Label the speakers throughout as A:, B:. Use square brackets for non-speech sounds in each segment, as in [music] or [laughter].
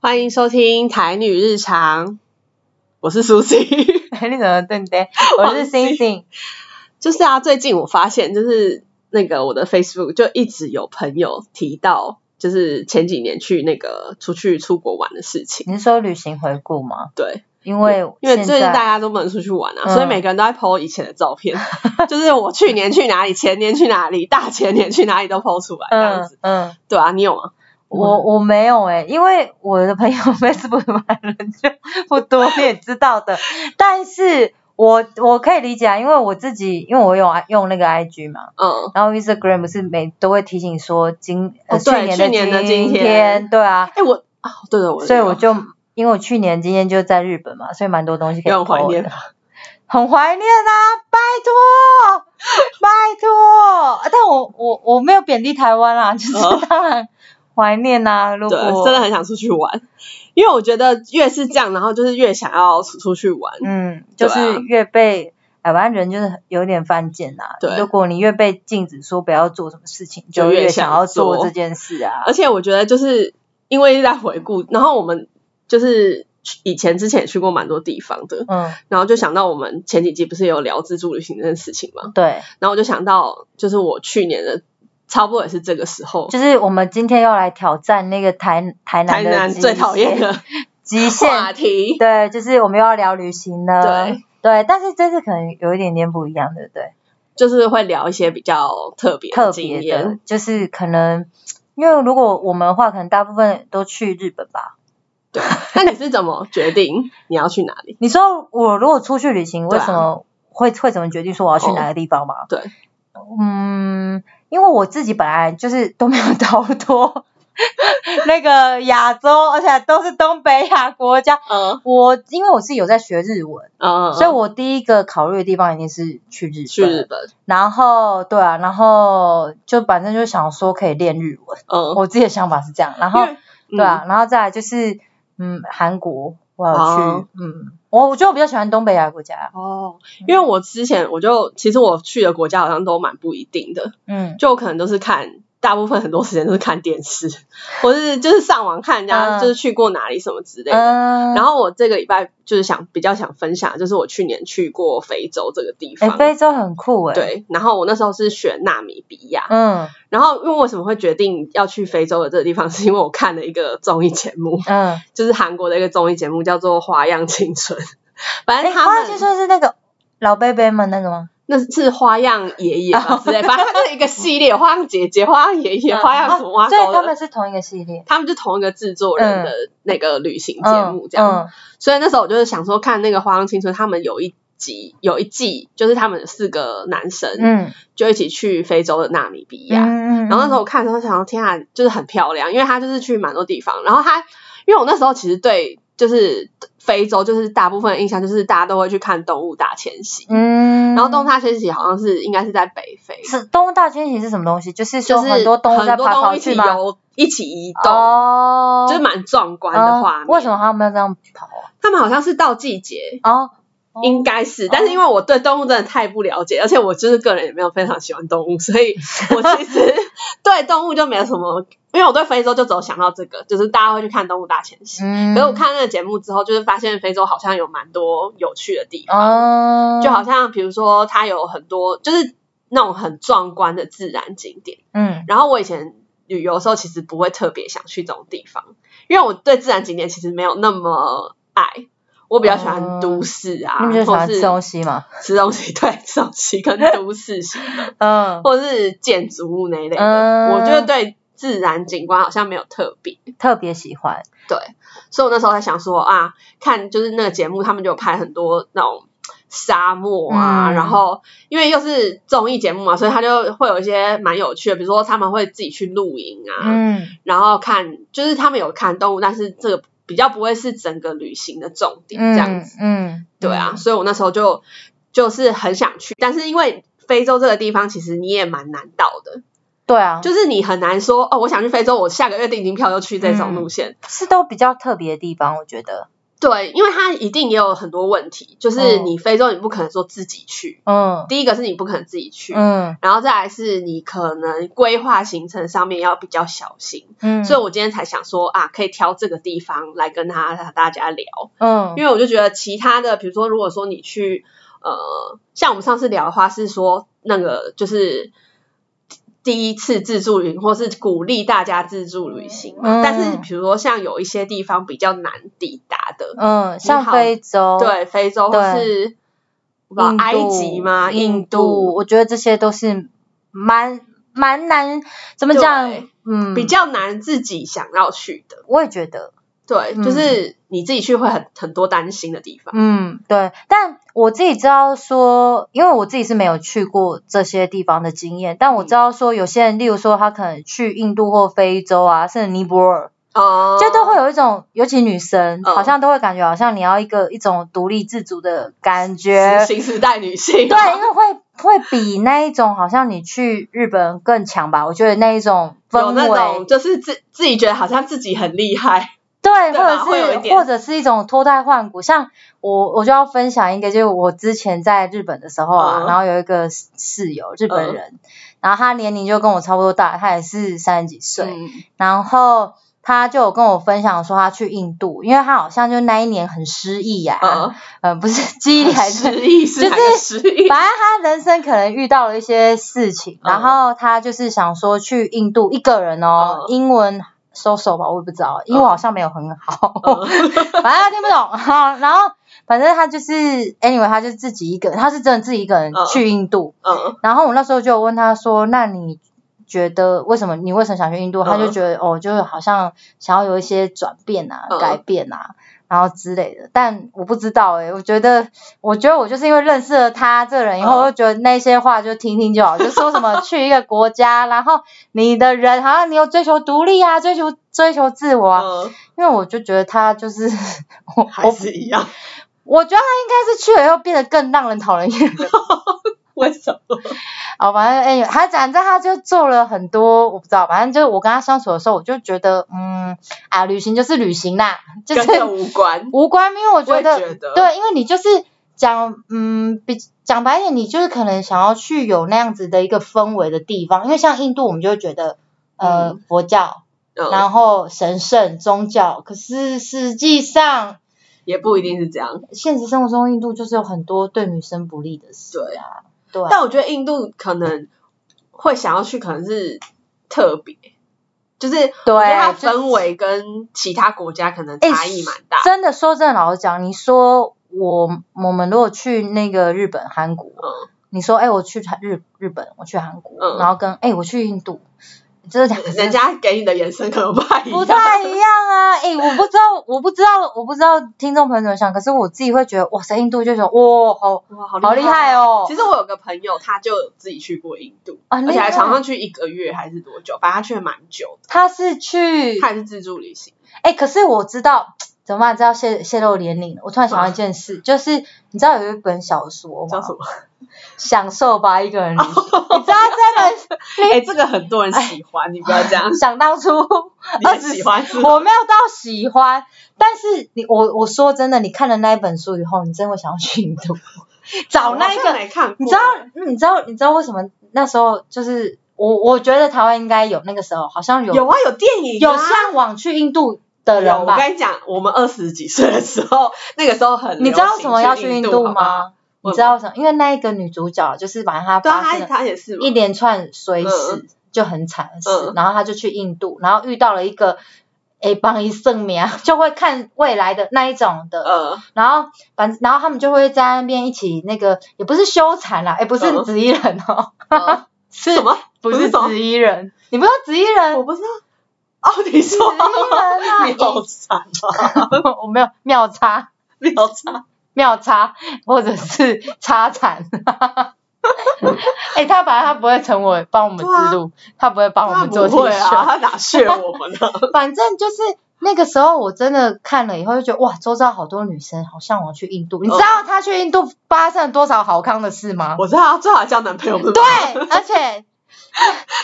A: 欢迎收听《台女日常》，我是苏西。
B: [laughs]
A: [laughs]
B: 你怎么对对？我是星星，
A: 就是啊，最近我发现，就是那个我的 Facebook 就一直有朋友提到，就是前几年去那个出去出国玩的事情。
B: 你是说旅行回顾吗？
A: 对，
B: 因为
A: 因为
B: 现
A: 最近
B: 在
A: 大家都不能出去玩啊，
B: 嗯
A: 所以每个人都在 PO 以前的照
B: [laughs]
A: 片，就是我去年去哪里，前年去哪里，大前年去哪里都 PO 出来这样子。
B: 嗯嗯，
A: 对啊，你有吗？
B: 我我没有哎、因为我的朋友 [laughs] Facebook 玩的人就不多，你也知道的。但是我我可以理解啊，因为我自己因为我有啊用那个 IG 嘛，
A: 嗯，
B: 然后 Instagram 不是每都会提醒说今、呃
A: 哦对去年的今
B: 今
A: 天
B: 对啊，
A: 哎、我啊，对对，我
B: 所以我就因为我去年今天就在日本嘛，所以蛮多东西可以
A: 有点怀
B: po
A: 念 [laughs]
B: 的。很怀念啊，拜托，拜托。啊但我我我没有贬低台湾啊，就是
A: 哦
B: 当然怀念啊。如
A: 对，
B: 果
A: 真的很想出去玩，因为我觉得越是这样，然后就是越想要出出去玩。
B: 嗯，就
A: 对啊
B: 是越被台湾人就是有点犯贱呐、
A: 对
B: 如果你越被禁止说不要做什么事情，
A: 就
B: 就
A: 越
B: 想
A: 想
B: 要做
A: 做
B: 这件事啊
A: 而。且我觉得就是因为在回顾，然后我们就是以前之前也去过蛮多地方的，
B: 嗯，
A: 然后就想到我们前几集不是有聊自助旅行这件事情嘛，
B: 对，
A: 然后我就想到就是我去年的差不多也是这个时候，
B: 就是我们今天要来挑战那个台台
A: 台
B: 南的
A: 南
B: 极
A: 最讨厌
B: 限
A: 的
B: 极限
A: 话题。
B: 对，就是我们又要聊旅行了。
A: 对
B: 对，但是这次可能有一点点不一样，对不对？
A: 就是会聊一些比较特别
B: 特
A: 经
B: 别的
A: 验，，
B: 就是可能因为如果我们的话，可能大部分都去日本吧。
A: 对。那你是怎么决定你要去哪
B: [laughs]
A: 里？
B: 你说我如果出去旅行，
A: 对
B: 为
A: 啊哦
B: 什么会、会怎么决定说我要去哪个地方吗？
A: 对，
B: 嗯，因为我自己本来就是都没有逃脱那个亚洲，而且都是东北亚国家。
A: 嗯
B: 我因为我是有在学日文，
A: 嗯，
B: 呃所以我第一个考虑的地方一定是去日本。
A: 去日本，
B: 然后对啊，然后就反正就想说可以练日文，
A: 嗯，
B: 我自己的想法是这样。然后
A: 因为
B: 哦
A: 嗯
B: 对啊，然后再来就是嗯，韩国我有去，
A: 哦
B: 嗯，我我觉得我比较喜欢东北亚国家，
A: 哦，因为我之前我就其实我去的国家好像都蛮不一定的，
B: 嗯，
A: 就我可能都是看大部分很多时间都是看电视， [laughs] 或是就是上网看人家
B: 嗯
A: 就是去过哪里什么之类的。
B: 嗯，
A: 然
B: 后
A: 后我这个礼拜就是想比较想分享，就是我去年去过非洲这个地
B: 哎，
A: 方。
B: 非洲很酷哎，，
A: 对，然后我那时候是选纳米比亚，
B: 嗯
A: 然后因为为什么会决定要去非洲的这个地方，是因为我看了一个综艺节目，
B: 嗯，
A: 就是韩国的一个综艺节目叫做《花样青春》，反正
B: 哎，
A: 他
B: 花
A: 们、
B: 就说是那个老贝贝们那个吗？
A: 那是花样爷爷吧
B: 哦
A: 之类，反正它是一个系
B: [laughs]
A: 列，花样姐姐、花样爷爷、花样什么
B: 啊
A: 花
B: 所以
A: 狗
B: 他
A: 的
B: 们，是同一个系列
A: 他们就同一个制作人的那个旅行节目这样。
B: 嗯，
A: 所以那时候我就是想说，看那个《花样青春》，他们有一集有一季，就是他们四个男生
B: 嗯，
A: 就一起去非洲的纳米比
B: 嗯
A: 亚。
B: 嗯嗯
A: 然后那时候我看的时候想说，天啊，就是很漂亮，因为他就是去蛮多地方。然后他，因为我那时候其实对就是非洲就是大部分的印象就是大家都会去看动物大迁徙。
B: 嗯，
A: 然后动物大迁徙好像是应该是在北非，
B: 是动物大迁徙是什么东西？就是
A: 就
B: 说
A: 是
B: 很多动物在
A: 很多
B: 跑
A: 动物
B: 跑
A: 一起
B: 去吗？
A: 游，一起移动，
B: 哦，
A: 就是蛮壮观的画面。
B: 哦为什么？他们要这样跑啊？
A: 他们好像是到季节。
B: 哦，哦
A: 应该是，但是因为我对动物真的太不了解，而且我就是个人也没有非常喜欢动物，所
B: [laughs]
A: 以我其实对动物就没有什么，因为我对非洲就只有想到这个，就是大家会去看动物大迁徙。
B: 嗯
A: 可是我看那个节目之后，就是发现非洲好像有蛮多有趣的地方，
B: 哦，
A: 就好像比如说它有很多就是那种很壮观的自然景点。
B: 嗯
A: 然后我以前旅游的时候，其实不会特别想去这种地方，因为我对自然景点其实没有那么爱，我比较喜欢都市啊，
B: 哦你们就喜
A: 或
B: 欢
A: 是
B: 吃东西嘛？
A: 吃东西， [laughs] 对，吃东西跟都市
B: [laughs]
A: 型的，
B: 嗯，
A: 或是建筑物那一类的，
B: 嗯
A: 呃我觉得对自然景观好像没有特别。
B: 特别喜欢。
A: 对，所以我那时候在想说啊，看就是那个节目，他们就有拍很多那种沙漠啊，
B: 嗯
A: 然后因为又是综艺节目嘛，所以他就会有一些蛮有趣的，比如说他们会自己去露营啊，
B: 嗯
A: 然后看就是他们有看动物，但是这个比较不会是整个旅行的重点这样子，，
B: 嗯，嗯
A: 对啊，，所以我那时候就就是很想去，但是因为非洲这个地方其实你也蛮难到的，
B: 对啊，就
A: 就是你很难说
B: 嗯
A: 哦，我想去非洲，我下个月订机票就去这种路线，
B: 是都比较特别的地方，我觉得。
A: 对，因为它一定也有很多问题，就是
B: 嗯
A: 你非洲你不可能说自己去，
B: 嗯
A: 第一个是你不可能自己去，
B: 嗯
A: 然后再来是你可能规划行程上面要比较小心，
B: 嗯，
A: 所以我今天才想说啊，可以挑这个地方来跟他大家聊，
B: 嗯
A: 因为我就觉得其他的，比如说如果说你去呃，像我们上次聊的话是说那个就是。第一次自助旅行，或是鼓励大家自助旅行嘛。
B: 嗯
A: 但是比如说像有一些地方比较难抵达的，
B: 嗯，像
A: 你好
B: 非洲，
A: 对，非洲或
B: 对
A: 是我不知道
B: 印度，
A: 埃及吗？印
B: 印度，我觉得这些都是蛮蛮难，怎么讲
A: 对？
B: 嗯，
A: 比较难自己想要去的。
B: 我也觉得，
A: 对，
B: 嗯
A: 就是你自己去会很很多担心的地方。
B: 嗯，对。但我自己知道说，因为我自己是没有去过这些地方的经验，但我知道说有些人，例如说他可能去印度或非洲啊，甚至尼泊尔，
A: 哦、
B: 就都会有一种，尤其女生，
A: 嗯
B: 好像都会感觉好像你要一个一种独立自主的感觉
A: 是，新时代女性。啊
B: 对，因为会会比那一种好像你去日本更强吧？我觉得那一种氛
A: 有那
B: 围
A: 种，就是自自己觉得好像自己很厉害。
B: 对，
A: 对
B: 或
A: 吧会有一
B: 者是
A: 点
B: 或者是一种脱胎换骨。像我，我就要分享一个，就是我之前在日本的时候啊，
A: 嗯
B: 然后有一个室友，日本人，然后他年龄就跟我差不多大，他也是三十几岁，
A: 嗯
B: 然后。他就有跟我分享说他去印度，因为他好像就那一年很失意呀、啊， [laughs]
A: 嗯，
B: 呃，不是记忆力还是
A: 失忆是哪个失
B: [laughs]
A: 忆？
B: 反正他人生可能遇到了一些事情，
A: 嗯
B: 然后他就是想说去印度一个人哦，
A: 嗯
B: 英文收手吧，我也不知道，英文好像没有很好，
A: 嗯
B: [laughs] 反正他听不懂。哈然后反正他就是 anyway，他就自己一个人，他是真的自己一个人
A: 嗯
B: 去印度。
A: 嗯
B: 然后我那时候就有问他说：“那你觉得为什么你为什么想去印度？”
A: 嗯
B: 他就觉得哦，就是好像想要有一些转变啊、
A: 嗯
B: 改变啊，然后之类的。但我不知道诶、我觉得我觉得我就是因为认识了他这个人以后，
A: 嗯
B: 我就觉得那些话就听听就好，就说什么去一个国家，然后你的人好像你有追求独立啊，追求追求自我啊，
A: 嗯，
B: 因为我就觉得他就是 [laughs] 我
A: 还
B: 我
A: 是一样。
B: 我觉得他应该是去了以后变得更让人讨人厌了。
A: 为什么？
B: 哦，反正哎、他反正他就做了很多，我不知道，反正就是我跟他相处的时候，我就觉得，嗯，啊，旅行就是旅行啦，就是
A: 跟这无关。
B: 无关，因为我
A: 我
B: 觉
A: 也
B: 得，
A: 觉得，
B: 对，因为你就是讲，嗯，比讲白一点，你就是可能想要去有那样子的一个氛围的地方，因为像印度，我们就会觉得，呃，佛教，
A: 嗯，
B: 然后神圣宗教，可是实际上。
A: 也不一定是这样。
B: 现实生活中，印度就是有很多对女生不利的事
A: 对
B: 啊，对啊
A: 但我觉得印度可能会想要去，可能是特别，就是
B: 对
A: 我觉得它
B: 就是
A: 氛围跟其他国家可能
B: 哎
A: 差异蛮大。
B: 真的说真的，老实讲，你说我我们如果去那个日本、韩国，
A: 嗯
B: 你说哎、我去韩日日本，我去韩国，
A: 嗯
B: 然后跟哎、我去印度，这两个真的
A: 人家给你的眼神可能不太一样。
B: [laughs] 不太一样啊！哎、我不知道，我不知道，我不知道听众朋友怎么想，可是我自己会觉得，哇塞，印度就觉得哇好
A: 哇，好
B: 好厉害哦
A: 其实我有个朋友，他就自己去过印度，
B: 啊！
A: 而且还常
B: 那
A: 常
B: 个
A: 去一个月还是多久，反正他去了蛮久的。
B: 他是去
A: 他也是自助旅行，
B: 哎、可是我知道。怎么办？知道泄泄露年龄了。我突然想到一件事，就是你知道有一本小说
A: 叫
B: 吗
A: 什？么？
B: 享受吧，一个人
A: [laughs]
B: 旅行。你知道这本，
A: 哎、这个很多人喜欢，你不要这样
B: 想当初哎
A: 你很喜
B: [laughs]
A: 欢是吗
B: 我没有到喜欢，但是你我我说真的，你看了那一本书以后，你真的会想要去印度 [laughs] 找那一
A: 我好像
B: 个，
A: 没看过，
B: 你知道嗯你知道你知道为什么那时候就是我我觉得台湾应该有那个时候好像有
A: 有啊，有电影、啊，
B: 有向往去印度的
A: 有
B: 人
A: 我
B: 吧。
A: 跟你讲，我们二十几岁的时候，那个时候很
B: 你知道
A: 流行
B: 为什么要去
A: 印
B: 印度
A: 好不好？
B: 吗？你知道为什么？因为那一个女主角就是把她
A: 对啊，
B: 发
A: 他
B: 生了
A: 他也是嘛
B: 一连串衰事、
A: 嗯
B: 就很惨的事，
A: 嗯
B: 然后他就去印度，然后遇到了一个诶帮一圣名，啊 [laughs] 就会看未来的那一种的，
A: 呃，
B: 然后反然后他们就会在那边一起那个也不是修禅啦，诶不是
A: 嗯
B: 紫衣人哦， [laughs]
A: 呃
B: 是
A: 什么？
B: 不
A: 不
B: 是
A: 是什么
B: 紫衣人？你不知道紫衣人？
A: 我不知道。哦，你说 [laughs]
B: 紫衣
A: 你
B: 人啊
A: 好惨
B: [laughs]
A: 啊！
B: 哦我没有妙差。
A: 你好惨，
B: 妙叉或者是叉 [laughs] 铲。哎、他反正他不会成为帮我们记录，他不会帮哦我
A: 啊他
B: 们
A: 不
B: 做
A: 会
B: T
A: 啊，
B: 恤。
A: 他哪学我
B: [laughs]
A: 们呢？ [laughs]
B: 反正就是那个时候，我真的看了以后就觉得，哇，周遭好多女生好向往去印度。你知道她去印度发生了多少好康的事吗？
A: 哎我知道，最好交男朋友不是吗？
B: 对，而且哎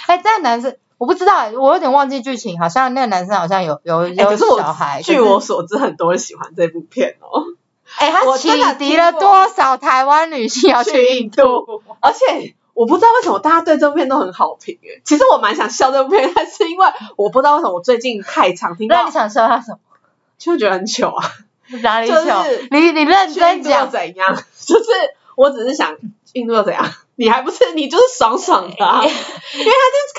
B: 还在男生，我不知道欸，我有点忘记剧情，好像那个男生好像有有
A: 哎
B: 有
A: 可是
B: 小
A: 我
B: 孩。
A: 据
B: 可是
A: 我所知，很多人喜欢这部片哦。
B: 哎、他
A: 我
B: 启
A: 真的
B: 迪
A: 听
B: 了
A: 过
B: 多少台湾女性要去印度？
A: 度，而且我不知道为什么大家对这部片都很好评诶。其实我蛮想笑这部片，但是因为我不知道为什么我最近太常听
B: 那
A: 到
B: 你，想笑他什么？
A: 就觉得很糗啊。
B: 哪里
A: 就
B: 糗？
A: 是
B: 你你认真
A: 印度又
B: 讲，
A: 怎样？就是我只是想印度又怎样？你还不是你就是爽爽的、
B: 哎
A: 啊，因为他是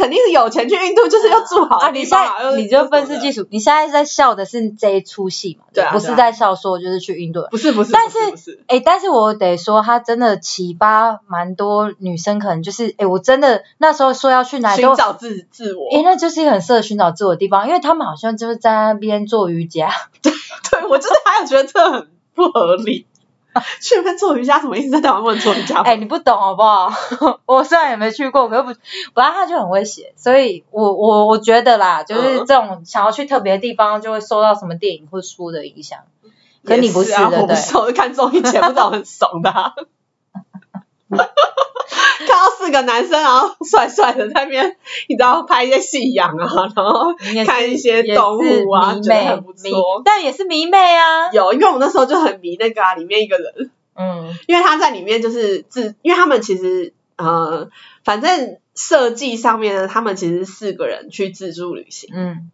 A: 肯定是有钱去印度，就是要住好
B: 啊，
A: 的
B: 你
A: 地
B: 现
A: 方啊、
B: 在
A: 又
B: 你就愤
A: 是
B: 世嫉俗，你现在在笑的是这一出戏嘛？
A: 对啊
B: 不
A: 对
B: 是
A: 啊
B: 在笑说就是去印度人。
A: 不是不是，
B: 但
A: 不是
B: 是
A: 不是
B: 哎、但是我得说，他真的启发蛮多女生，可能就是哎、我真的那时候说要去哪里都
A: 寻，找自自我。
B: 哎、那就是一个很适合寻找自我的地方，因为他们好像就是在那边做瑜伽，
A: [laughs] 对我就是还有觉得这很不合理。去那边做瑜伽什么意思？在台湾不能做瑜伽吧？
B: 哎、你不懂好不好？ [laughs] 我虽然也没去过，可是不，本来他就很会写，所以我我我觉得啦，就是
A: 嗯
B: 这种想要去特别的地方，就会受到什么电影或书的影响。
A: 嗯
B: 可
A: 也
B: 你不
A: 是
B: 是
A: 啊，
B: 对
A: 我
B: 不
A: 不
B: 对？
A: 是，我就看综艺节目这种很怂的、啊。看到四个男生，然后帅帅的在那边，你知道拍一些夕阳啊，然后
B: 你也是
A: 看一些动物啊
B: 也是迷
A: 觉得
B: 妹
A: 很不错
B: 迷，但也是迷妹啊。
A: 有，因为我们那时候就很迷那个啊，里面一个人，
B: 嗯，
A: 因为他在里面就是自，因为他们其实呃，反正设计上面呢，他们其实四个人去自助旅行。
B: 嗯，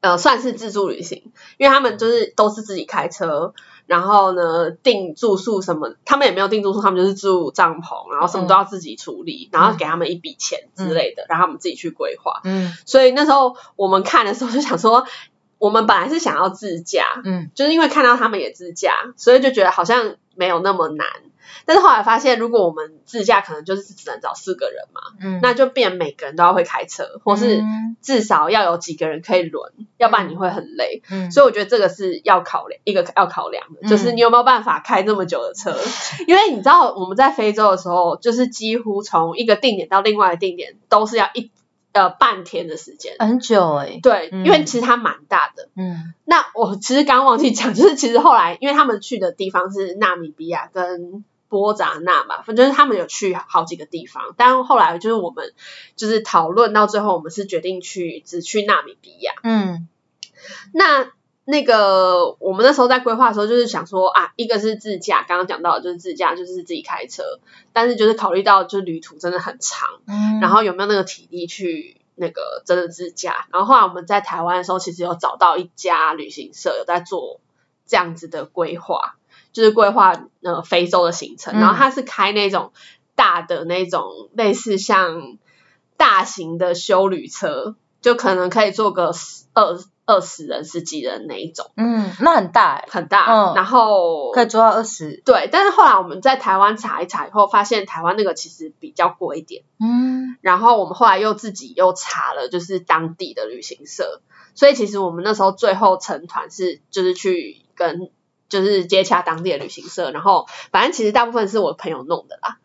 A: 呃，算是自助旅行，因为他们就是都是自己开车，然后呢订住宿什么，他们也没有订住宿，他们就是住帐篷，然后什么都要自己处理，然后给他们一笔钱之类的，让他们自己去规划。
B: 嗯
A: 所以那时候我们看的时候就想说，我们本来是想要自驾，
B: 嗯
A: 就是因为看到他们也自驾，所以就觉得好像没有那么难。但是后来发现，如果我们自驾，可能就是只能找四个人嘛，
B: 嗯，
A: 那就变每个人都要会开车，或是
B: 嗯
A: 至少要有几个人可以轮，要不然你会很累。
B: 嗯，
A: 所以我觉得这个是要考量一个要考量的，
B: 嗯
A: 就是你有没有办法开这么久的
B: [laughs]
A: 车？因为你知道我们在非洲的时候，就是几乎从一个定点到另外的定点都是要一呃半天的时间。
B: 很久哎、
A: 对，
B: 嗯
A: 因为其实它蛮大的。
B: 嗯
A: 那我其实刚忘记讲，就是其实后来因为他们去的地方是纳米比亚跟波扎纳嘛，反正就是他们有去好几个地方，但后来就是我们就是讨论到最后，我们是决定去只去纳米比亚。
B: 嗯
A: 那那个我们那时候在规划的时候，就是想说啊，一个是自驾，刚刚讲到的就是自驾，就是自己开车，但是就是考虑到就是旅途真的很长，
B: 嗯，
A: 然后有没有那个体力去那个真的自驾。然后后来我们在台湾的时候，其实有找到一家旅行社有在做这样子的规划，就是规划呃非洲的行程，
B: 嗯
A: 然后它是开那种大的那种类似像大型的修旅车，就可能可以坐个十二二十人、十几人那一种，
B: 嗯，那很大哎、
A: 很大，
B: 嗯
A: 然后
B: 可以做到二十，
A: 对，但是后来我们在台湾查一查以后，发现台湾那个其实比较贵一点。
B: 嗯
A: 然后我们后来又自己又查了，就是当地的旅行社，所以其实我们那时候最后成团是就是去跟就是接洽当地的旅行社，然后反正其实大部分是我朋友弄的啦，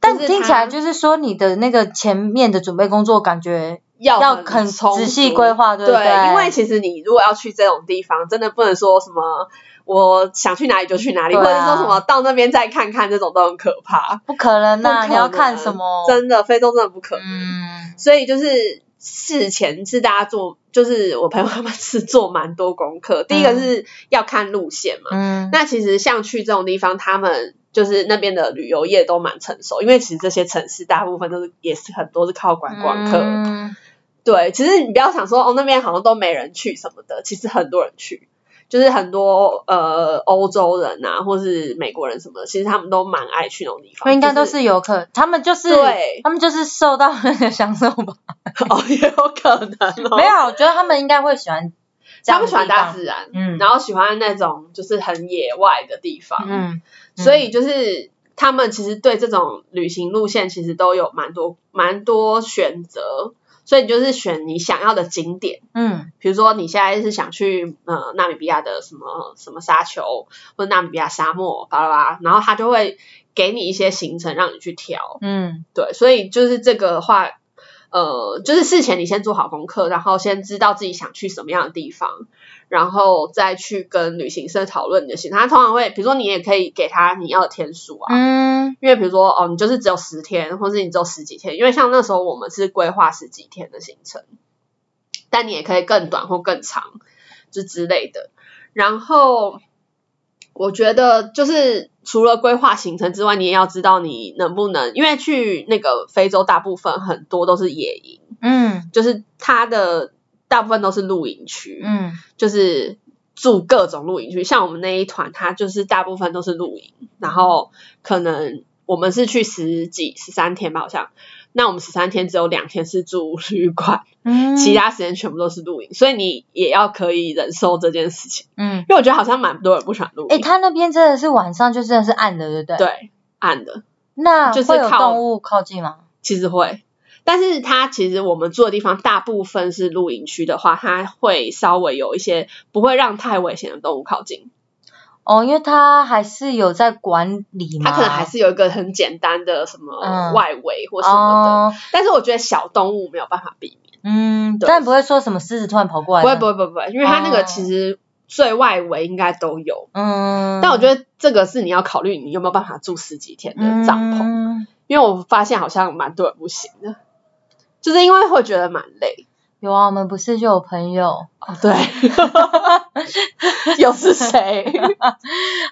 B: 但
A: 就是
B: 听起来
A: 他
B: 就是说你的那个前面的准备工作感觉
A: 要
B: 要
A: 很
B: 很
A: 充
B: 仔细
A: 足
B: 规划，对
A: 对
B: 不对？
A: 因为其实你如果要去这种地方，真的不能说什么我想去哪里就去哪里，
B: 对啊
A: 或者是说什么到那边再看看，这种都很可怕。
B: 不可能
A: 不
B: 呐、
A: 可
B: 你要
A: 能啊
B: 看什么？
A: 真的，非洲真的不可能。
B: 嗯
A: 所以就是事前是大家做，就是我朋友他们是做蛮多功课。第一个是要看路线嘛，
B: 嗯，
A: 那其实像去这种地方，他们就是那边的旅游业都蛮成熟，因为其实这些城市大部分都是也是很多是靠观光客。
B: 嗯
A: 对，其实你不要想说哦那边好像都没人去什么的，其实很多人去。就是很多呃欧洲人啊，或是美国人什么的，其实他们都蛮爱去那种地方，
B: 应该都
A: 就是
B: 游客，他们就是
A: 对
B: 他们就是受到那个享受吧。
A: [laughs] 哦也有可能哦，
B: 没有，我觉得他们应该会喜欢这
A: 他
B: 样的
A: 们
B: 地
A: 喜欢
B: 方，
A: 大自然，
B: 嗯，
A: 然后喜欢那种就是很野外的地方，，
B: 嗯，
A: 所以就是他们其实对这种旅行路线其实都有蛮多蛮多选择，所以你就是选你想要的景点，
B: 嗯
A: 比如说你现在是想去呃纳米比亚的什么什么沙丘或者纳米比亚沙漠巴拉巴拉，然后他就会给你一些行程让你去挑，
B: 嗯
A: 对，所以就是这个的话，呃，就是事前你先做好功课，然后先知道自己想去什么样的地方，然后再去跟旅行社讨论你的行程。他通常会，比如说你也可以给他你要的天数啊，
B: 嗯，
A: 因为比如说哦，你就是只有十天，或是你只有十几天，因为像那时候我们是规划十几天的行程，但你也可以更短或更长，就之类的。然后我觉得就是除了规划行程之外，你也要知道你能不能，因为去那个非洲大部分很多都是野营，
B: 嗯
A: 就是它的大部分都是露营区，
B: 嗯
A: 就是住各种露营区，像我们那一团，它就是大部分都是露营，然后可能我们是去十几十三天吧，好像，那我们十三天只有两天是住旅馆，
B: 嗯，
A: 其他时间全部都是露营，所以你也要可以忍受这件事情，
B: 嗯，
A: 因为我觉得好像蛮多人不喜欢露
B: 哎、
A: 营，
B: 他那边真的是晚上就真的是暗的，对不对？，
A: 对，暗的
B: 那
A: 就是
B: 会有
A: 靠
B: 动物靠近吗？
A: 其实会。但是它其实我们住的地方大部分是露营区的话，它会稍微有一些不会让太危险的动物靠近。
B: 哦，因为他还是有在管理嘛，
A: 它可能还是有一个很简单的什么
B: 嗯
A: 外围或什么的，
B: 哦，
A: 但是我觉得小动物没有办法避免，
B: 嗯，
A: 对
B: 但不会说什么狮子突然跑过来，
A: 不会不，会不会不会，因为它那个
B: 哦
A: 其实最外围应该都有，
B: 嗯，
A: 但我
B: 得
A: 觉得这个是你要考虑你有没有办法住十几天的帐篷，
B: 嗯、
A: 因为我发现好像蛮多人不行的，就是因为会觉得蛮累。
B: 有啊，我们不是就有朋友，
A: 哦，对， [laughs] 又是谁？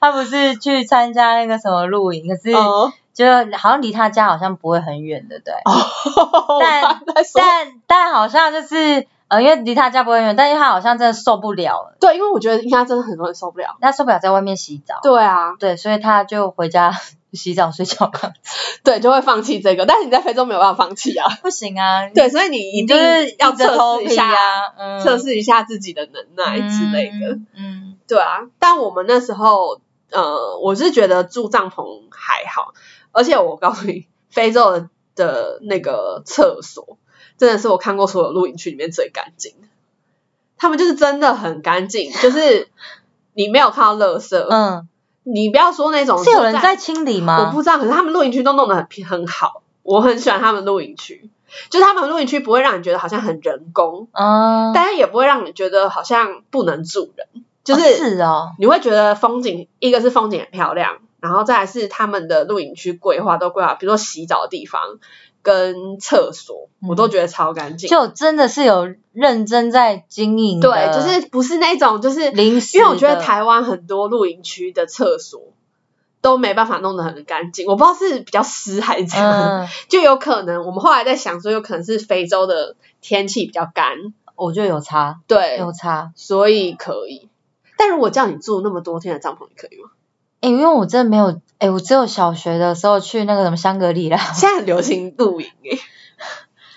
B: 他不是去参加那个什么露营，可是
A: 哦，
B: 就好像离他家好像不会很远，对不对？
A: 哦，[laughs]
B: 但
A: 我刚才说
B: 但但好像就是呃，因为离他家不会很远，但是他好像真的受不了了，
A: 对，因为我觉得应该真的很多人受不了。
B: 他受不了在外面洗澡，
A: 对啊，
B: 对，所以他就回家 [laughs] 洗澡睡觉了。 [laughs]
A: 对，就会放弃这个，但是你在非洲没有办法放弃啊。
B: 不行啊，
A: 对，所以你一
B: 你
A: 定
B: 就是
A: 要
B: 硬着头
A: 测试一
B: 皮
A: 下，
B: 啊，嗯
A: 测试一下自己的能耐之类的。，
B: 嗯
A: 对啊，但我们那时候，呃，我是觉得住帐篷还好，而且我告诉你，非洲的的那个厕所真的是我看过所有露营区里面最干净的，他们就是真的很干净，就是你没有看到垃圾，
B: 嗯，
A: 你不要说那种
B: 嗯是有人
A: 住
B: 在清理吗？
A: 我不知道，可是他们露营区都弄得很平很好，我很喜欢他们露营区，就是他们露营区不会让你觉得好像很人工，
B: 嗯，
A: 但是也不会让你觉得好像不能住人，就
B: 哦
A: 是
B: 是哦，
A: 你会觉得风景，一个是风景很漂亮，然后再来是他们的露营区规划都规划，比如说洗澡的地方跟厕所，我都觉得超干净。
B: 就真的是有认真在经营的，
A: 对，就是不是那种就是
B: 临时
A: 因
B: 的，
A: 为我觉得台湾很多露营区的厕所都没办法弄得很干净，我不知道是比较湿还是怎样。
B: 嗯，
A: 就有可能，我们后来在想说，有可能是非洲的天气比较干，
B: 我觉得有差，
A: 对，
B: 有差，
A: 所以可以。但如果叫你住那么多天的帐篷，你可以吗？ [laughs]
B: 哎，因为我真的没有，哎，我只有小学的时候去那个什么香格里拉， [laughs]
A: 现在很流行露营诶、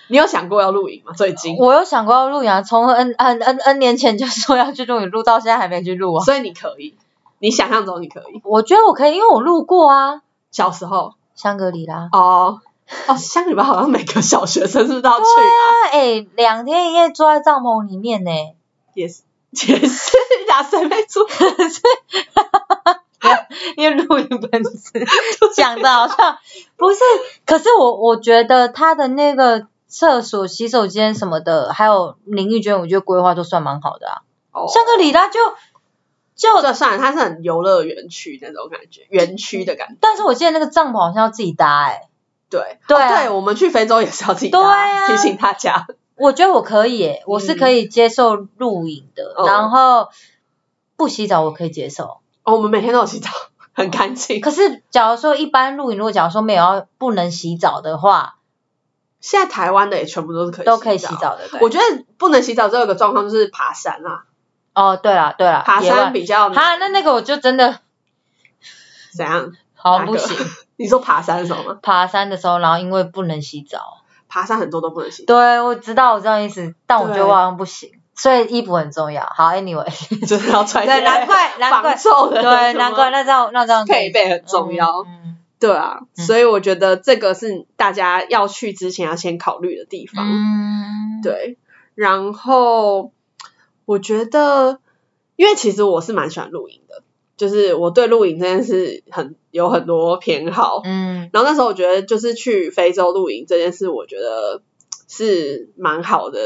A: 你有想过要露营吗？最近，
B: 我有想过要露营啊，从 N N N N 年前就说要去露营，露到现在还没去露啊。
A: 所以你可以，你想象中你可以。
B: 我觉得我可以，因为我露过啊，
A: 小时候，
B: 香格里拉。
A: 哦哦，香港里面好像每个小学生是不是都要去啊？
B: 那哎，两天一夜住在帐篷里面呢、
A: 也是也是啊，谁没住？
B: 因为露营本身 [laughs] 讲的好像不是，可是我我觉得他的那个厕所、洗手间什么的，还有淋浴间，我觉得规划都算蛮好的啊。
A: 哦
B: 香格里拉就就，
A: 这算了，它是很游乐园区那种感觉，园区的感觉。
B: 但是我记得那个帐篷好像要自己搭哎、
A: 对，
B: 对
A: 哦
B: 啊
A: 对，我们去非洲也是要自己搭
B: 对啊
A: 提醒大家。
B: 我觉得我可以、欸，我是可以接受露营的，
A: 嗯
B: 然后不洗澡我可以接受。
A: 哦，我们每天都有洗澡，很干净。
B: 可是假如说一般露营，如果假如说没有要不能洗澡的话，
A: 现在台湾的也全部都是可以
B: 都可以洗。澡的。对
A: 我觉得不能洗澡只有一个状况就是爬山啊，
B: 哦，对啦对啦，
A: 爬
B: 野
A: 山
B: 外
A: 比较难
B: 哈，那那个我就真的
A: 怎样？
B: 好
A: 哪个
B: 不行。
A: 你说爬山是什么吗？
B: 爬山的时候，然后因为不能
A: [laughs]
B: 洗澡，
A: 爬山很多都不能洗澡，
B: 对我知道我知道意思，但我觉得
A: 对
B: 我好像不行，所以衣服很重要。好，anyway，
A: [laughs] 就是要穿一
B: 对，
A: 些
B: 难怪难怪
A: 防，皱的，
B: 对，难怪。那这样那这样
A: 配备很重要
B: 嗯嗯
A: 对啊，
B: 嗯
A: 所以我觉得这个是大家要去之前要先考虑的地方。
B: 嗯，
A: 对，然后我觉得，因为其实我是蛮喜欢露营的，就是我对露营这件事很有很多偏好。
B: 嗯
A: 然后那时候我觉得，就是去非洲露营这件事，我觉得是蛮好的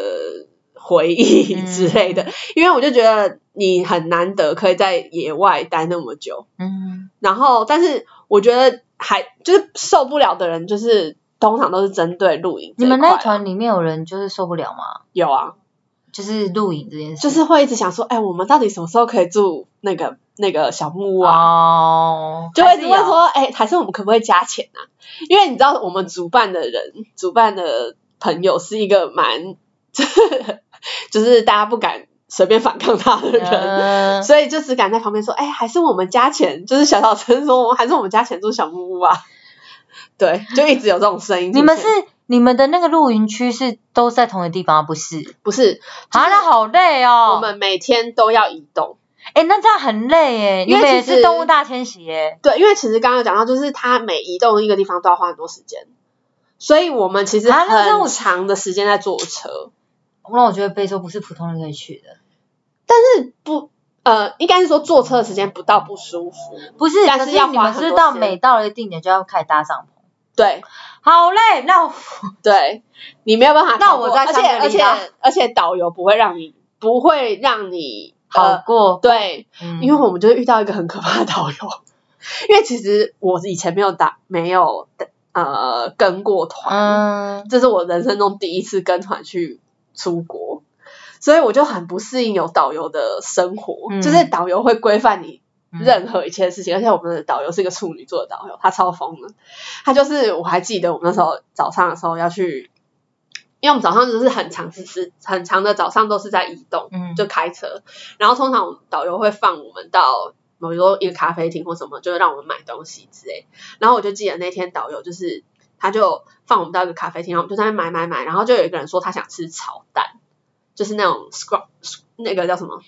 A: 回忆
B: 嗯
A: 之类的，因为我就觉得你很难得可以在野外待那么久，
B: 嗯，
A: 然后但是我觉得还就是受不了的人，就是通常都是针对露营这
B: 你
A: 一块啊。
B: 们那团里面有人就是受不了吗？
A: 有啊，
B: 就是露营这件事，
A: 就是会一直想说，哎，我们到底什么时候可以住那个那个小木屋啊？
B: 哦，
A: 就会
B: 还
A: 一
B: 是
A: 直问
B: 有
A: 说，哎、还是我们可不可以加钱啊？因为你知道，我们主办的人、主办的朋友是一个蛮， [laughs] 就是大家不敢随便反抗他的人，
B: 嗯
A: 所以就只敢在旁边说，哎、还是我们加钱，就是小小声说，我们还是我们加钱住小木屋啊。对，就一直有这种声音出现。
B: 你们是你们的那个露营区是都在同一个地方，不是？
A: 不是？
B: 啊，那好累哦。
A: 我们每天都要移动。
B: 哎，那这样很累耶，你
A: 因为
B: 们也
A: 其实
B: 是动物大迁徙耶。
A: 对，因为其实刚刚有讲到，就是它每移动一个地方都要花很多时间，所以我们其实
B: 啊那这样我
A: 很长的时间在坐车，
B: 那我觉得非洲不是普通人可以去的，
A: 不呃，应该是说坐车的时间不到不舒服，
B: 不是？
A: 但
B: 可
A: 是
B: 是
A: 要
B: 你
A: 花
B: 们
A: 很
B: 是
A: 多
B: 到
A: 时
B: 每
A: 间
B: 到了一个地点就要开始搭帐篷，
A: 对
B: 好累。那我
A: 对，你没有办法
B: 那
A: 逃过。
B: 我在
A: 而且
B: 香格
A: 而
B: 里
A: 且
B: 拉
A: 而且导游不会让你不会让你
B: 好
A: 呃
B: 过，
A: 对，
B: 嗯
A: 因为我们就遇到一个很可怕的导游，因为其实我以前没有打没有呃跟过团，
B: 嗯，
A: 这是我人生中第一次跟团去出国，所以我就很不适应有导游的生活，
B: 嗯
A: 就是导游会规范你
B: 嗯
A: 任何一切事情，而且我们的导游是一个处女座的导游，他超疯的，他就是我还记得我们那时候早上的时候要去，因为我们早上就是很长时时很长的早上都是在移动，
B: 嗯
A: 就开车，然后通常我们导游会放我们到。比如说一个咖啡厅或什么，就是让我们买东西之类。然后我就记得那天导游就是他就放我们到一个咖啡厅，然后我们就在那边买买买，然后就有一个人说他想吃炒蛋，就是那种 scrub 那个叫什么，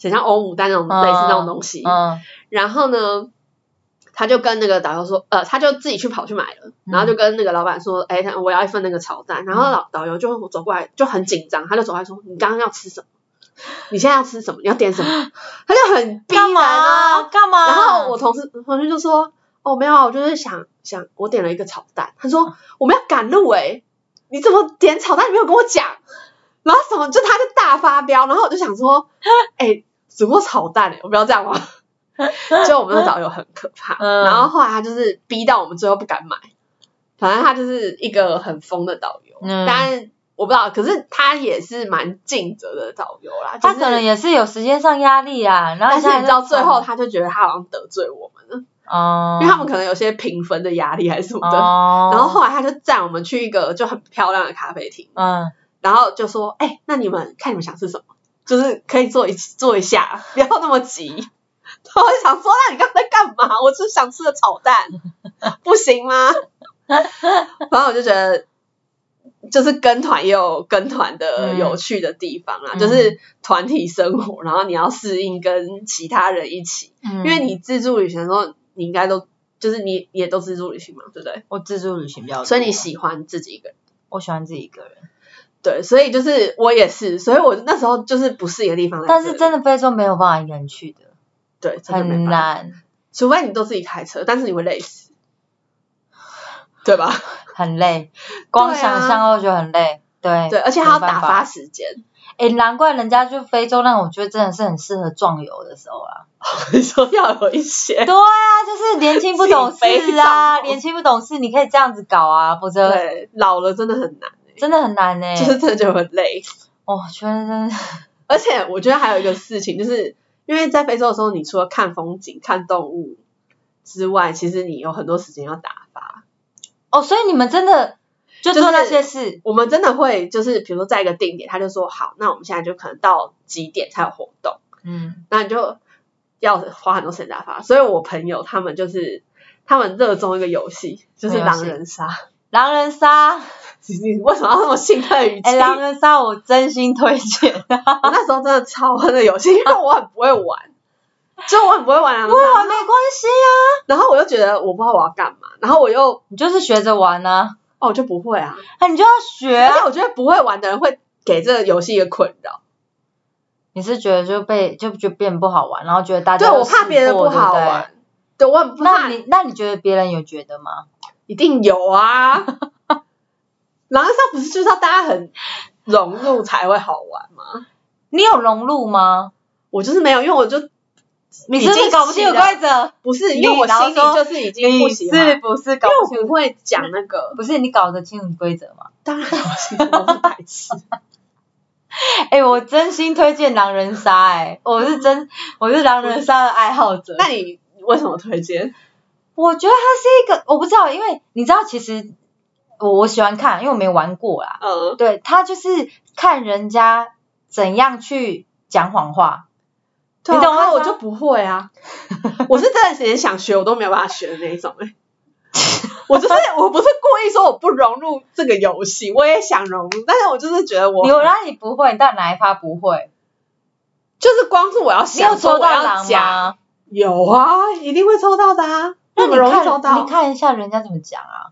A: 很像欧姆蛋那种
B: 嗯
A: 类似那种东西。
B: 嗯
A: 然后呢，他就跟那个导游说，呃，他就自己去跑去买了，然后
B: 嗯
A: 就跟那个老板说，哎、我要一份那个炒蛋。然后老导游就走过来，就很紧张，他就走过来说，你刚刚要吃什么？你现在要吃什么？你要点什
B: [laughs]
A: 么？他就很逼
B: 干
A: 人
B: 嘛
A: 啊，
B: 干嘛？
A: 然后我同事同事就说：“哦，没有啊，我就是想想，我点了一个炒蛋。”他说：“我们要赶路诶、你怎么点炒蛋？你没有跟我讲。”然后什么就他就大发飙，然后我就想说：“哎、只不过炒蛋欸诶、我不要这样
B: [laughs]
A: 嘛。”就我们的导游很可怕，
B: 嗯
A: 然后后来他就是逼到我们最后不敢买，反正他就是一个很疯的导游，
B: 嗯
A: 但我不知道，可是他也是蛮尽责的导游啦。就
B: 他
A: 是、
B: 可能也是有时间上压力啊，然后
A: 但
B: 现
A: 是
B: 在
A: 你知道最后
B: 在
A: 他就觉得他好像得罪我们了。
B: 哦，
A: 因为他们可能有些评分的压力还是什么的。
B: 哦，
A: 然后后来他就载我们去一个就很漂亮的咖啡厅，
B: 嗯，
A: 然后就说：“哎、那你们看你们想吃什么，就是可以坐一坐一下，不要那么急。” [laughs] 然后我就想说：“那你刚才在干嘛？我就是想吃的炒蛋，不行吗？” [laughs] 然后我就觉得，就是跟团也有跟团的
B: 嗯
A: 有趣的地方啦，
B: 嗯
A: 就是团体生活，然后你要适应跟其他人一起。
B: 因
A: 因为你自助旅行的时候，你应该都就是你也都自助旅行嘛，对不对？
B: 我自助旅行比较多，啊
A: 所以你喜欢自己一个人，
B: 我喜欢自己一个人，
A: 对，所以就是我也是，所以我那时候就是不适应的地方在这
B: 但
A: 里，
B: 是真的非洲没有办法一个人去的，
A: 对真的没
B: 很
A: 办法，
B: 难，
A: 除非你都自己开车，但是你会累
B: [laughs]
A: 死，对吧？
B: 很累，光想象都觉得很累。啊对
A: 对，而且还要
B: 没办
A: 打
B: 法
A: 发时间，
B: 哎，难怪人家去非洲，那我觉得真的是很适合壮游的时候啦。
A: 你说要有一
B: [laughs]
A: 些
B: 对啊，就是年轻不懂
A: 自己
B: 事
A: 背帐
B: 啊，
A: 篷
B: 年轻不懂事，你可以这样子搞啊，否则
A: 对，老了真的很难，
B: 真的很难呢。
A: 就是真的就很累，
B: 哦，觉得真的是
A: 而且我觉得还有一个事情，就是因为在非洲的时候，你除了看风景、看动物之外，其实你有很多时间要打发。
B: 哦，所以你们真的就做那些事，
A: 我们真的会就是，比如说在一个定点，他就说好，那我们现在就可能到几点才有活动，
B: 嗯，
A: 那你就要花很多时间打发。所以我朋友他们就是他们热衷一个游戏，就是
B: 啊
A: 狼人杀。
B: 狼人杀，
A: 你为什么要那么兴奋语气？
B: 哎，狼人杀我真心推荐，
A: 我那时候真的超恨的游戏，因为我很不会玩，就我很不会玩狼人
B: 不
A: 杀。
B: 玩没关系啊，
A: 然后我又觉得我不知道我要干嘛，然后我又哦
B: 你就是学着玩啊，
A: 我就不会啊，
B: 啊你就要学
A: 而
B: 啊，
A: 且我觉得不会玩的人会给这个游戏一个困扰。
B: 你是觉得就被就就变不好玩，然后觉得大家
A: 对，
B: 都
A: 我怕
B: 试
A: 别人
B: 过
A: 不好。
B: 对
A: 玩
B: 对。
A: 对，我很不怕
B: 那你那你觉得别人有觉得吗？
A: 一定有啊。狼人杀不是就是要大家很融入才会好玩吗？
B: 你有融入吗？
A: 我就是没有，因为我就
B: 你是不
A: 已
B: 是
A: 经
B: 搞不清
A: 洗
B: 楚
A: 了
B: 规则？
A: 不是，
B: 你
A: 因为我心里
B: 然后说
A: 就是已经不喜欢，
B: 你是
A: 因
B: 不是搞不清
A: 为我
B: 楚？
A: 不会讲那个。
B: 不是你搞得清楚规则吗？
A: 当然，我心里我是白痴。
B: 哎、我真心推荐狼人杀，哎，我是真我是狼人杀的爱好者。
A: [laughs] 那你为什么推荐？
B: 我觉得它是一个，我不知道，因为你知道，其实我我喜欢看，因为我没玩过啦。
A: [laughs] 嗯，
B: 对他就是看人家怎样去讲谎话，
A: 对啊
B: 你懂吗
A: 那我就不会 [laughs] 啊，我是真的连想学我都没有办法学的那一种哎、我就是我不是故意说我不融入这个游戏，我也想融入，但是我就是觉得我
B: 你有让你不会，你到哪一趴不会？
A: 就是光是我要
B: 你有
A: 想说我
B: 抽到
A: 要
B: 狼
A: 讲，
B: 吗？
A: 有啊，一定会抽到的啊，
B: 那
A: 么
B: 你
A: 容易抽
B: 看，
A: 到
B: 你，看一下人家怎么讲啊？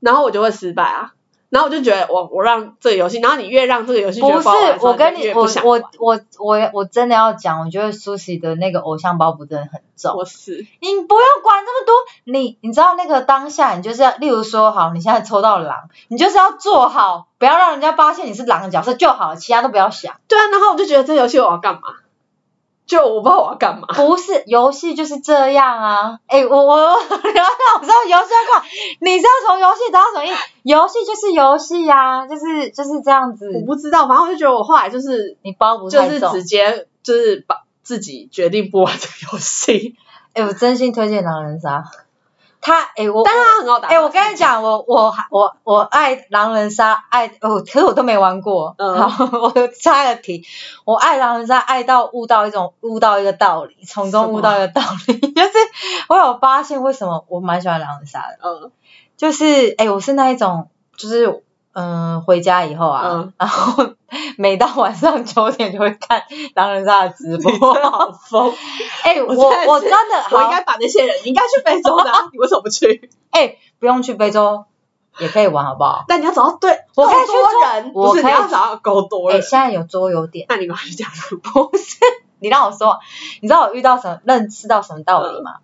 A: 然后我就会失败啊，然后我就觉得我我让这个游戏，然后你越让这个游戏觉
B: 不
A: 得
B: 是
A: 好玩的时，候
B: 我跟
A: 就
B: 你，
A: 越
B: 我
A: 不想玩
B: 我我我我真的要讲，我觉得苏西的那个偶像包袱真的很重。
A: 我是
B: 你不用管这么多，你你知道那个当下，你就是要，例如说，好，你现在抽到狼，你就是要做好，不要让人家发现你是狼的角色就好，其他都不要想。
A: 对啊，然后我就觉得这游戏我要干嘛？就我不知道我要干嘛。
B: 不是游戏就是这样啊！哎、我 [laughs] 我然后我知道游戏要干嘛，你知道从游戏得到什么意思？游戏就是游戏呀、啊，就是就是这样
A: 我
B: 子。
A: 不知道，反正我就觉得我后来就是
B: 你包不
A: 就
B: 太
A: 是
B: 重。
A: 直接就是把自己决定不玩这个游戏，
B: 哎、我真心推荐狼人杀，他哎、我
A: 但是它很好打。
B: 哎、我跟你，讲，我我我我爱狼人杀，爱我，可是我都没玩过。
A: 嗯
B: 好， [laughs] 我插个题，我爱狼人杀，爱到悟到一种悟到一个道理，从中悟到一个道理， [laughs] 就是我有发现为什么我蛮喜欢狼人杀的，
A: 嗯，
B: 就是哎、我是那一种，就是嗯、回家以后啊，
A: 嗯
B: [laughs] 然后每到晚上九点就会看狼人杀的直
A: 你真的
B: 播。
A: 好
B: [laughs]
A: 疯！
B: 哎、
A: 我
B: 我
A: 真的是
B: 我真的
A: 我
B: 好
A: 应该把那些人，你应该去非洲
B: [laughs]
A: 的啊，你为什么不去？
B: 哎、不用去非洲也可以玩，好不好？
A: 但你要找到对，
B: 我可以
A: 够多人，
B: 去做
A: 不是
B: 我可
A: 你
B: 以
A: 要找到够多
B: 哎、
A: 人。
B: 现在有桌游点，
A: 那你跟我去讲什么？
B: 不是？你让我说，你知道我遇到什么，认识到什么道理吗？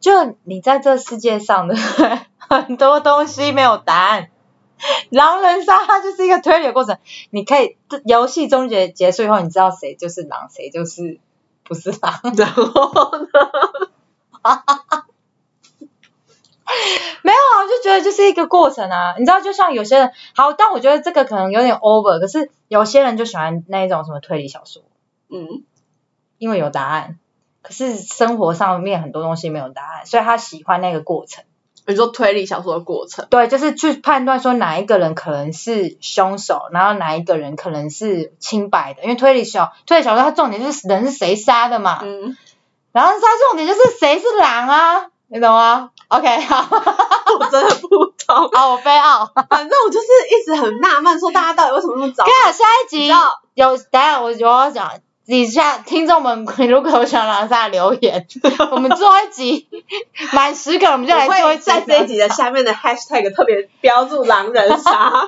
B: 就你在这世界上的 [laughs] 很多东西没有答案。狼人杀它就是一个推理的过程，你可以这游戏终结结束以后，你知道谁就是狼，谁就是不是狼。
A: 然后呢？
B: 没有啊，我就觉得就是一个过程啊。你知道，就像有些人，好，但我觉得这个可能有点 over，可是有些人就喜欢那一种什么推理小说。
A: 嗯，
B: 因为有答案，可是生活上面很多东西没有答案，所以他喜欢那个过程。
A: 你说推理小说的过程，
B: 对，就是去判断说哪一个人可能是凶手，然后哪一个人可能是清白的，因为推理小推理小说它重点就是人是谁杀的嘛，
A: 嗯，
B: 然后它重点就是谁是狼啊，你懂吗？OK，好，
A: 我真的不
B: [laughs]
A: 懂。
B: 好，我飞奥。
A: 反正我就是一直很纳闷，说大家到底为什么那么早
B: 跟？你讲，下一
A: 你
B: 集
A: 知道
B: 有，等一下我我要讲。底下听众们如果有想狼人杀的留
A: [laughs]
B: 言，我们做一集满十个，我们就来
A: 我
B: 做
A: 会
B: 一集
A: 在这一集的下面的 hashtag 特别标注狼人杀， [laughs]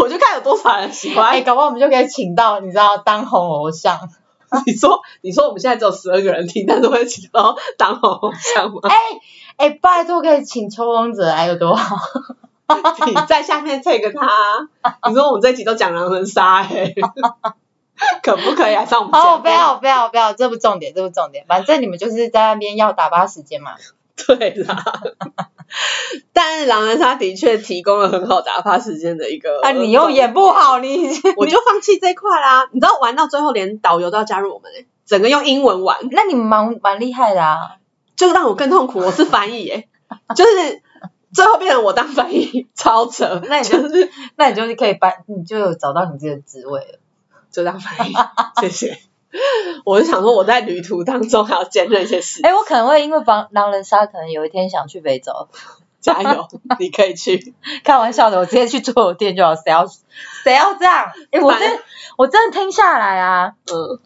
A: 我就看有多少人喜
B: 哎、
A: 欢。
B: 搞不好我们就可以请到你知道当红偶像。哎
A: 你说，你说我们现在只有十二个人听，但是会请到当红偶像吗？
B: 哎、拜托可以请秋风者来有多好？
A: 你 [laughs] 在下面 tag
B: [laughs]
A: 他，你说我们这一集都讲狼人杀、欸，可不可以来上我们节目？
B: 哦，不要不要不要，这不重点，这不重点，反正你们就是在那边要打发时间嘛。
A: 对啦，但是狼人杀的确提供了很好打发时间的一个。
B: 啊，你又演不好，你 [laughs]
A: 我就放弃这块啦。你知道玩到最后，连导游都要加入我们、欸，整个用英文玩。
B: 那你蛮蛮厉害的啊。
A: 就让我更痛苦。我是翻译耶、就是最后变成我当翻译，超扯。
B: 那你
A: 就
B: 就
A: 是
B: 那你就是可以搬，你就有找到你自己的职位了。
A: 就当翻译，谢谢。我就想说，我在旅途当中还要兼任一些事，
B: 哎、我可能会因为防狼人杀，可能有一天想去非洲。
A: 加 [laughs] 油，你可以去。
B: 开玩笑的，我直接去桌游店就好，谁要谁要这 [laughs] 样？哎、我
A: 反正
B: 真我真的听下来啊，
A: 嗯，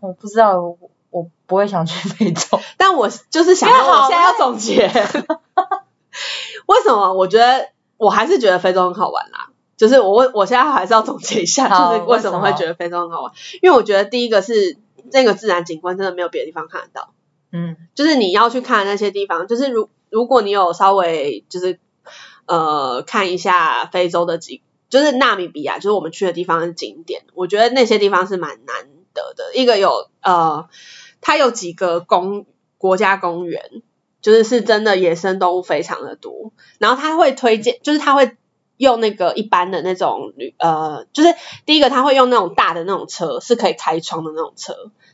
B: 我不知道，我我不会想去非洲。
A: 但我就是想说，
B: 因为好
A: 我现在要总结，为什么？我觉得我还是觉得非洲很好玩啦。就是我我现在还是要总结一下，
B: 好
A: 就是为什么
B: 为什么
A: 会觉得非洲很好玩？因为我觉得第一个是那个自然景观真的没有别的地方看得到。
B: 嗯
A: 就是你要去看那些地方，就是如如果你有稍微就是呃看一下非洲的景，就是纳米比亚，就是我们去的地方的景点，我觉得那些地方是蛮难得的。一个有呃，它有几个公国家公园，就是是真的野生动物非常的多，然后他会推荐，就是他会。用那个一般的那种旅呃，就是第一个他会用那种大的那种车，是可以开窗的那种车，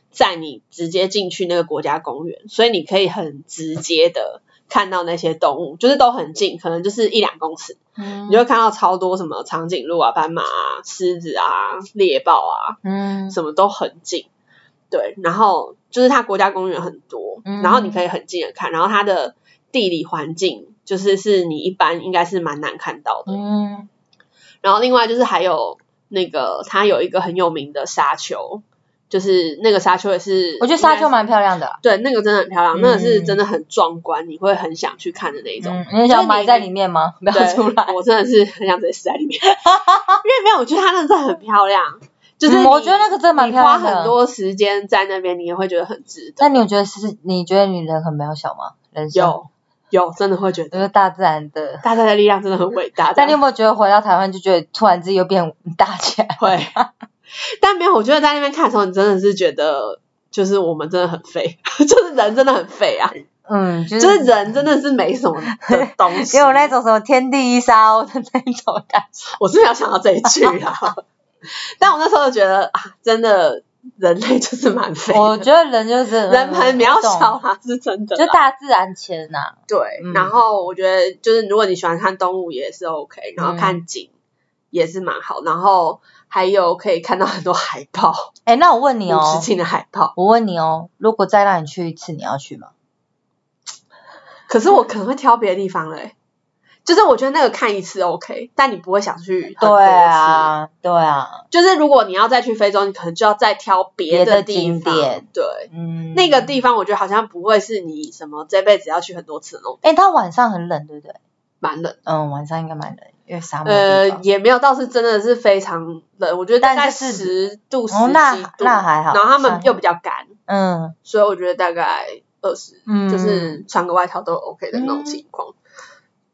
A: 载你直接进去那个国家公园，所以你可以很直接的看到那些动物，就是都很近，可能就是一两公尺，
B: 嗯
A: 你就会看到超多什么长颈鹿啊、斑马啊、狮子啊、猎豹啊，
B: 嗯
A: 什么都很近。对，然后就是它国家公园很多，
B: 嗯
A: 然后你可以很近的看，然后它的地理环境就是是你一般应该是蛮难看到的。
B: 嗯
A: 然后另外就是还有那个，它有一个很有名的沙丘，就是那个沙丘也是，
B: 我觉得沙
A: 应
B: 丘
A: 该是
B: 蛮漂亮的啊，
A: 对，那个真的很漂亮，
B: 嗯
A: 那个是真的很壮观，你会很想去看的那一种。
B: 嗯，你想埋在里面吗？不要
A: 对
B: 出来。
A: 我真的是很想直接死在里
B: [laughs]
A: 面，因为没有，我觉得它那真的很漂亮，就是你、
B: 嗯我觉得那个真的蛮
A: 你
B: 漂
A: 花
B: 亮的。
A: 很多时间在那边，你也会觉得很值得。
B: 那你有觉得是？你觉得你人很渺小吗？人生，
A: 有有，真的会觉得
B: 就是大自然的。
A: 大家的力量真的很伟大。
B: 但你有没有觉得回到台湾就觉得突然之间又变大起来？ [laughs]
A: 会，但没有，我觉得在那边看的时候，你真的是觉得，就是我们真的很废， [laughs] 就是人真的很废啊，
B: 嗯，就
A: 就是
B: 是
A: 人真的是没什么的东西。
B: 也有那种什么天地一沙鸥的那种感觉。
A: [laughs] 我是没有想到这一句啊，
B: [laughs]
A: 但我那时候就觉得啊，真的人类就是蛮废的，
B: 我觉得人就是
A: 人很渺小，
B: 嗯
A: 啊，是真的
B: 就
A: 啦。
B: 大自然前呐、
A: 对，
B: 嗯
A: 然后我觉得就是如果你喜欢看动物也是 OK，然
B: 嗯
A: 后看景也是蛮好，然后还有可以看到很多海
B: [laughs]
A: 报，
B: 哎，那我问你
A: 五十
B: 哦，
A: 斤的海报。
B: 我问你哦，如果再让你去一次，你要去吗？
A: 可是我可能会挑别的地方嘞、就是我觉得那个看一次 OK，但你不会想去很多次
B: 对，啊，对啊，
A: 就是如果你要再去非洲，你可能就要再挑别的地方。
B: 别的景点
A: 对，
B: 嗯，
A: 那个，地方我觉得好像不会是你什么这辈子要去很多次的那种，
B: 哎，它晚上很冷，对不对？
A: 蛮冷。
B: 嗯，晚上应该蛮冷，因为沙漠
A: 呃
B: 地，方。
A: 也没有到是真的是非常冷，我觉得大概
B: 但就是
A: 十度十
B: 哦，
A: 几
B: 那
A: 度，
B: 那还好。
A: 然后他们又
B: 又
A: 比较干，
B: 嗯
A: 所以我觉得大概二十
B: 嗯，
A: 呃就是穿个外套都 OK 的那种情况。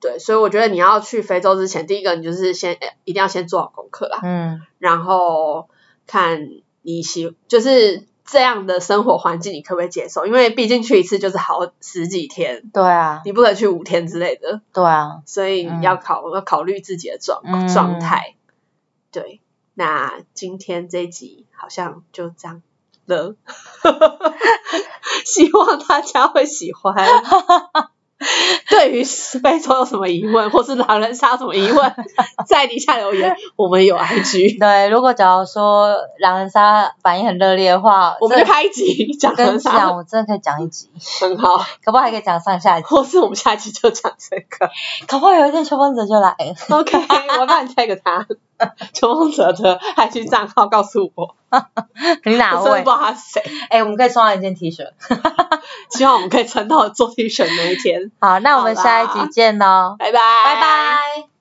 A: 对，所以我觉得你要去非洲之前，第一个你就是先呃一定要先做好功课啦，
B: 嗯
A: 然后看你喜就是这样的生活环境你可不可以接受，因为毕竟去一次就是好十几天，
B: 对啊，
A: 你不可能去五天之类的，
B: 对啊，
A: 所以你要考、要考虑自己的状、
B: 嗯
A: 状态。对，那今天这一集好像就这样了， [laughs] 希望大家会喜欢。对于非洲有什么疑问，或是狼人杀有什么疑问，在底下留言，我们有 IG，
B: 对。如果假如说狼人杀反应很热烈的话，
A: 我们就
B: 这
A: 开一集讲
B: 跟
A: 狼
B: 你
A: 人杀
B: 讲，，我真的可以讲一集，
A: 很好，
B: 搞不好还可以讲上下集，
A: 或是我们下一集就讲这个。
B: 搞不好有一天秋风者就来了。
A: [laughs] OK，我帮你 tag 他，求梦者的 IG 账号告诉我。
B: 你哪
A: 我真的
B: 位
A: 不知？道他是谁。
B: 哎、我们可以送他一件 T 恤。 [laughs]
A: 希望我们可以撑到做 T 恤那一天。
B: 好，那我们
A: 好啦
B: 下一集见喽，哦
A: 拜拜，
B: 拜拜。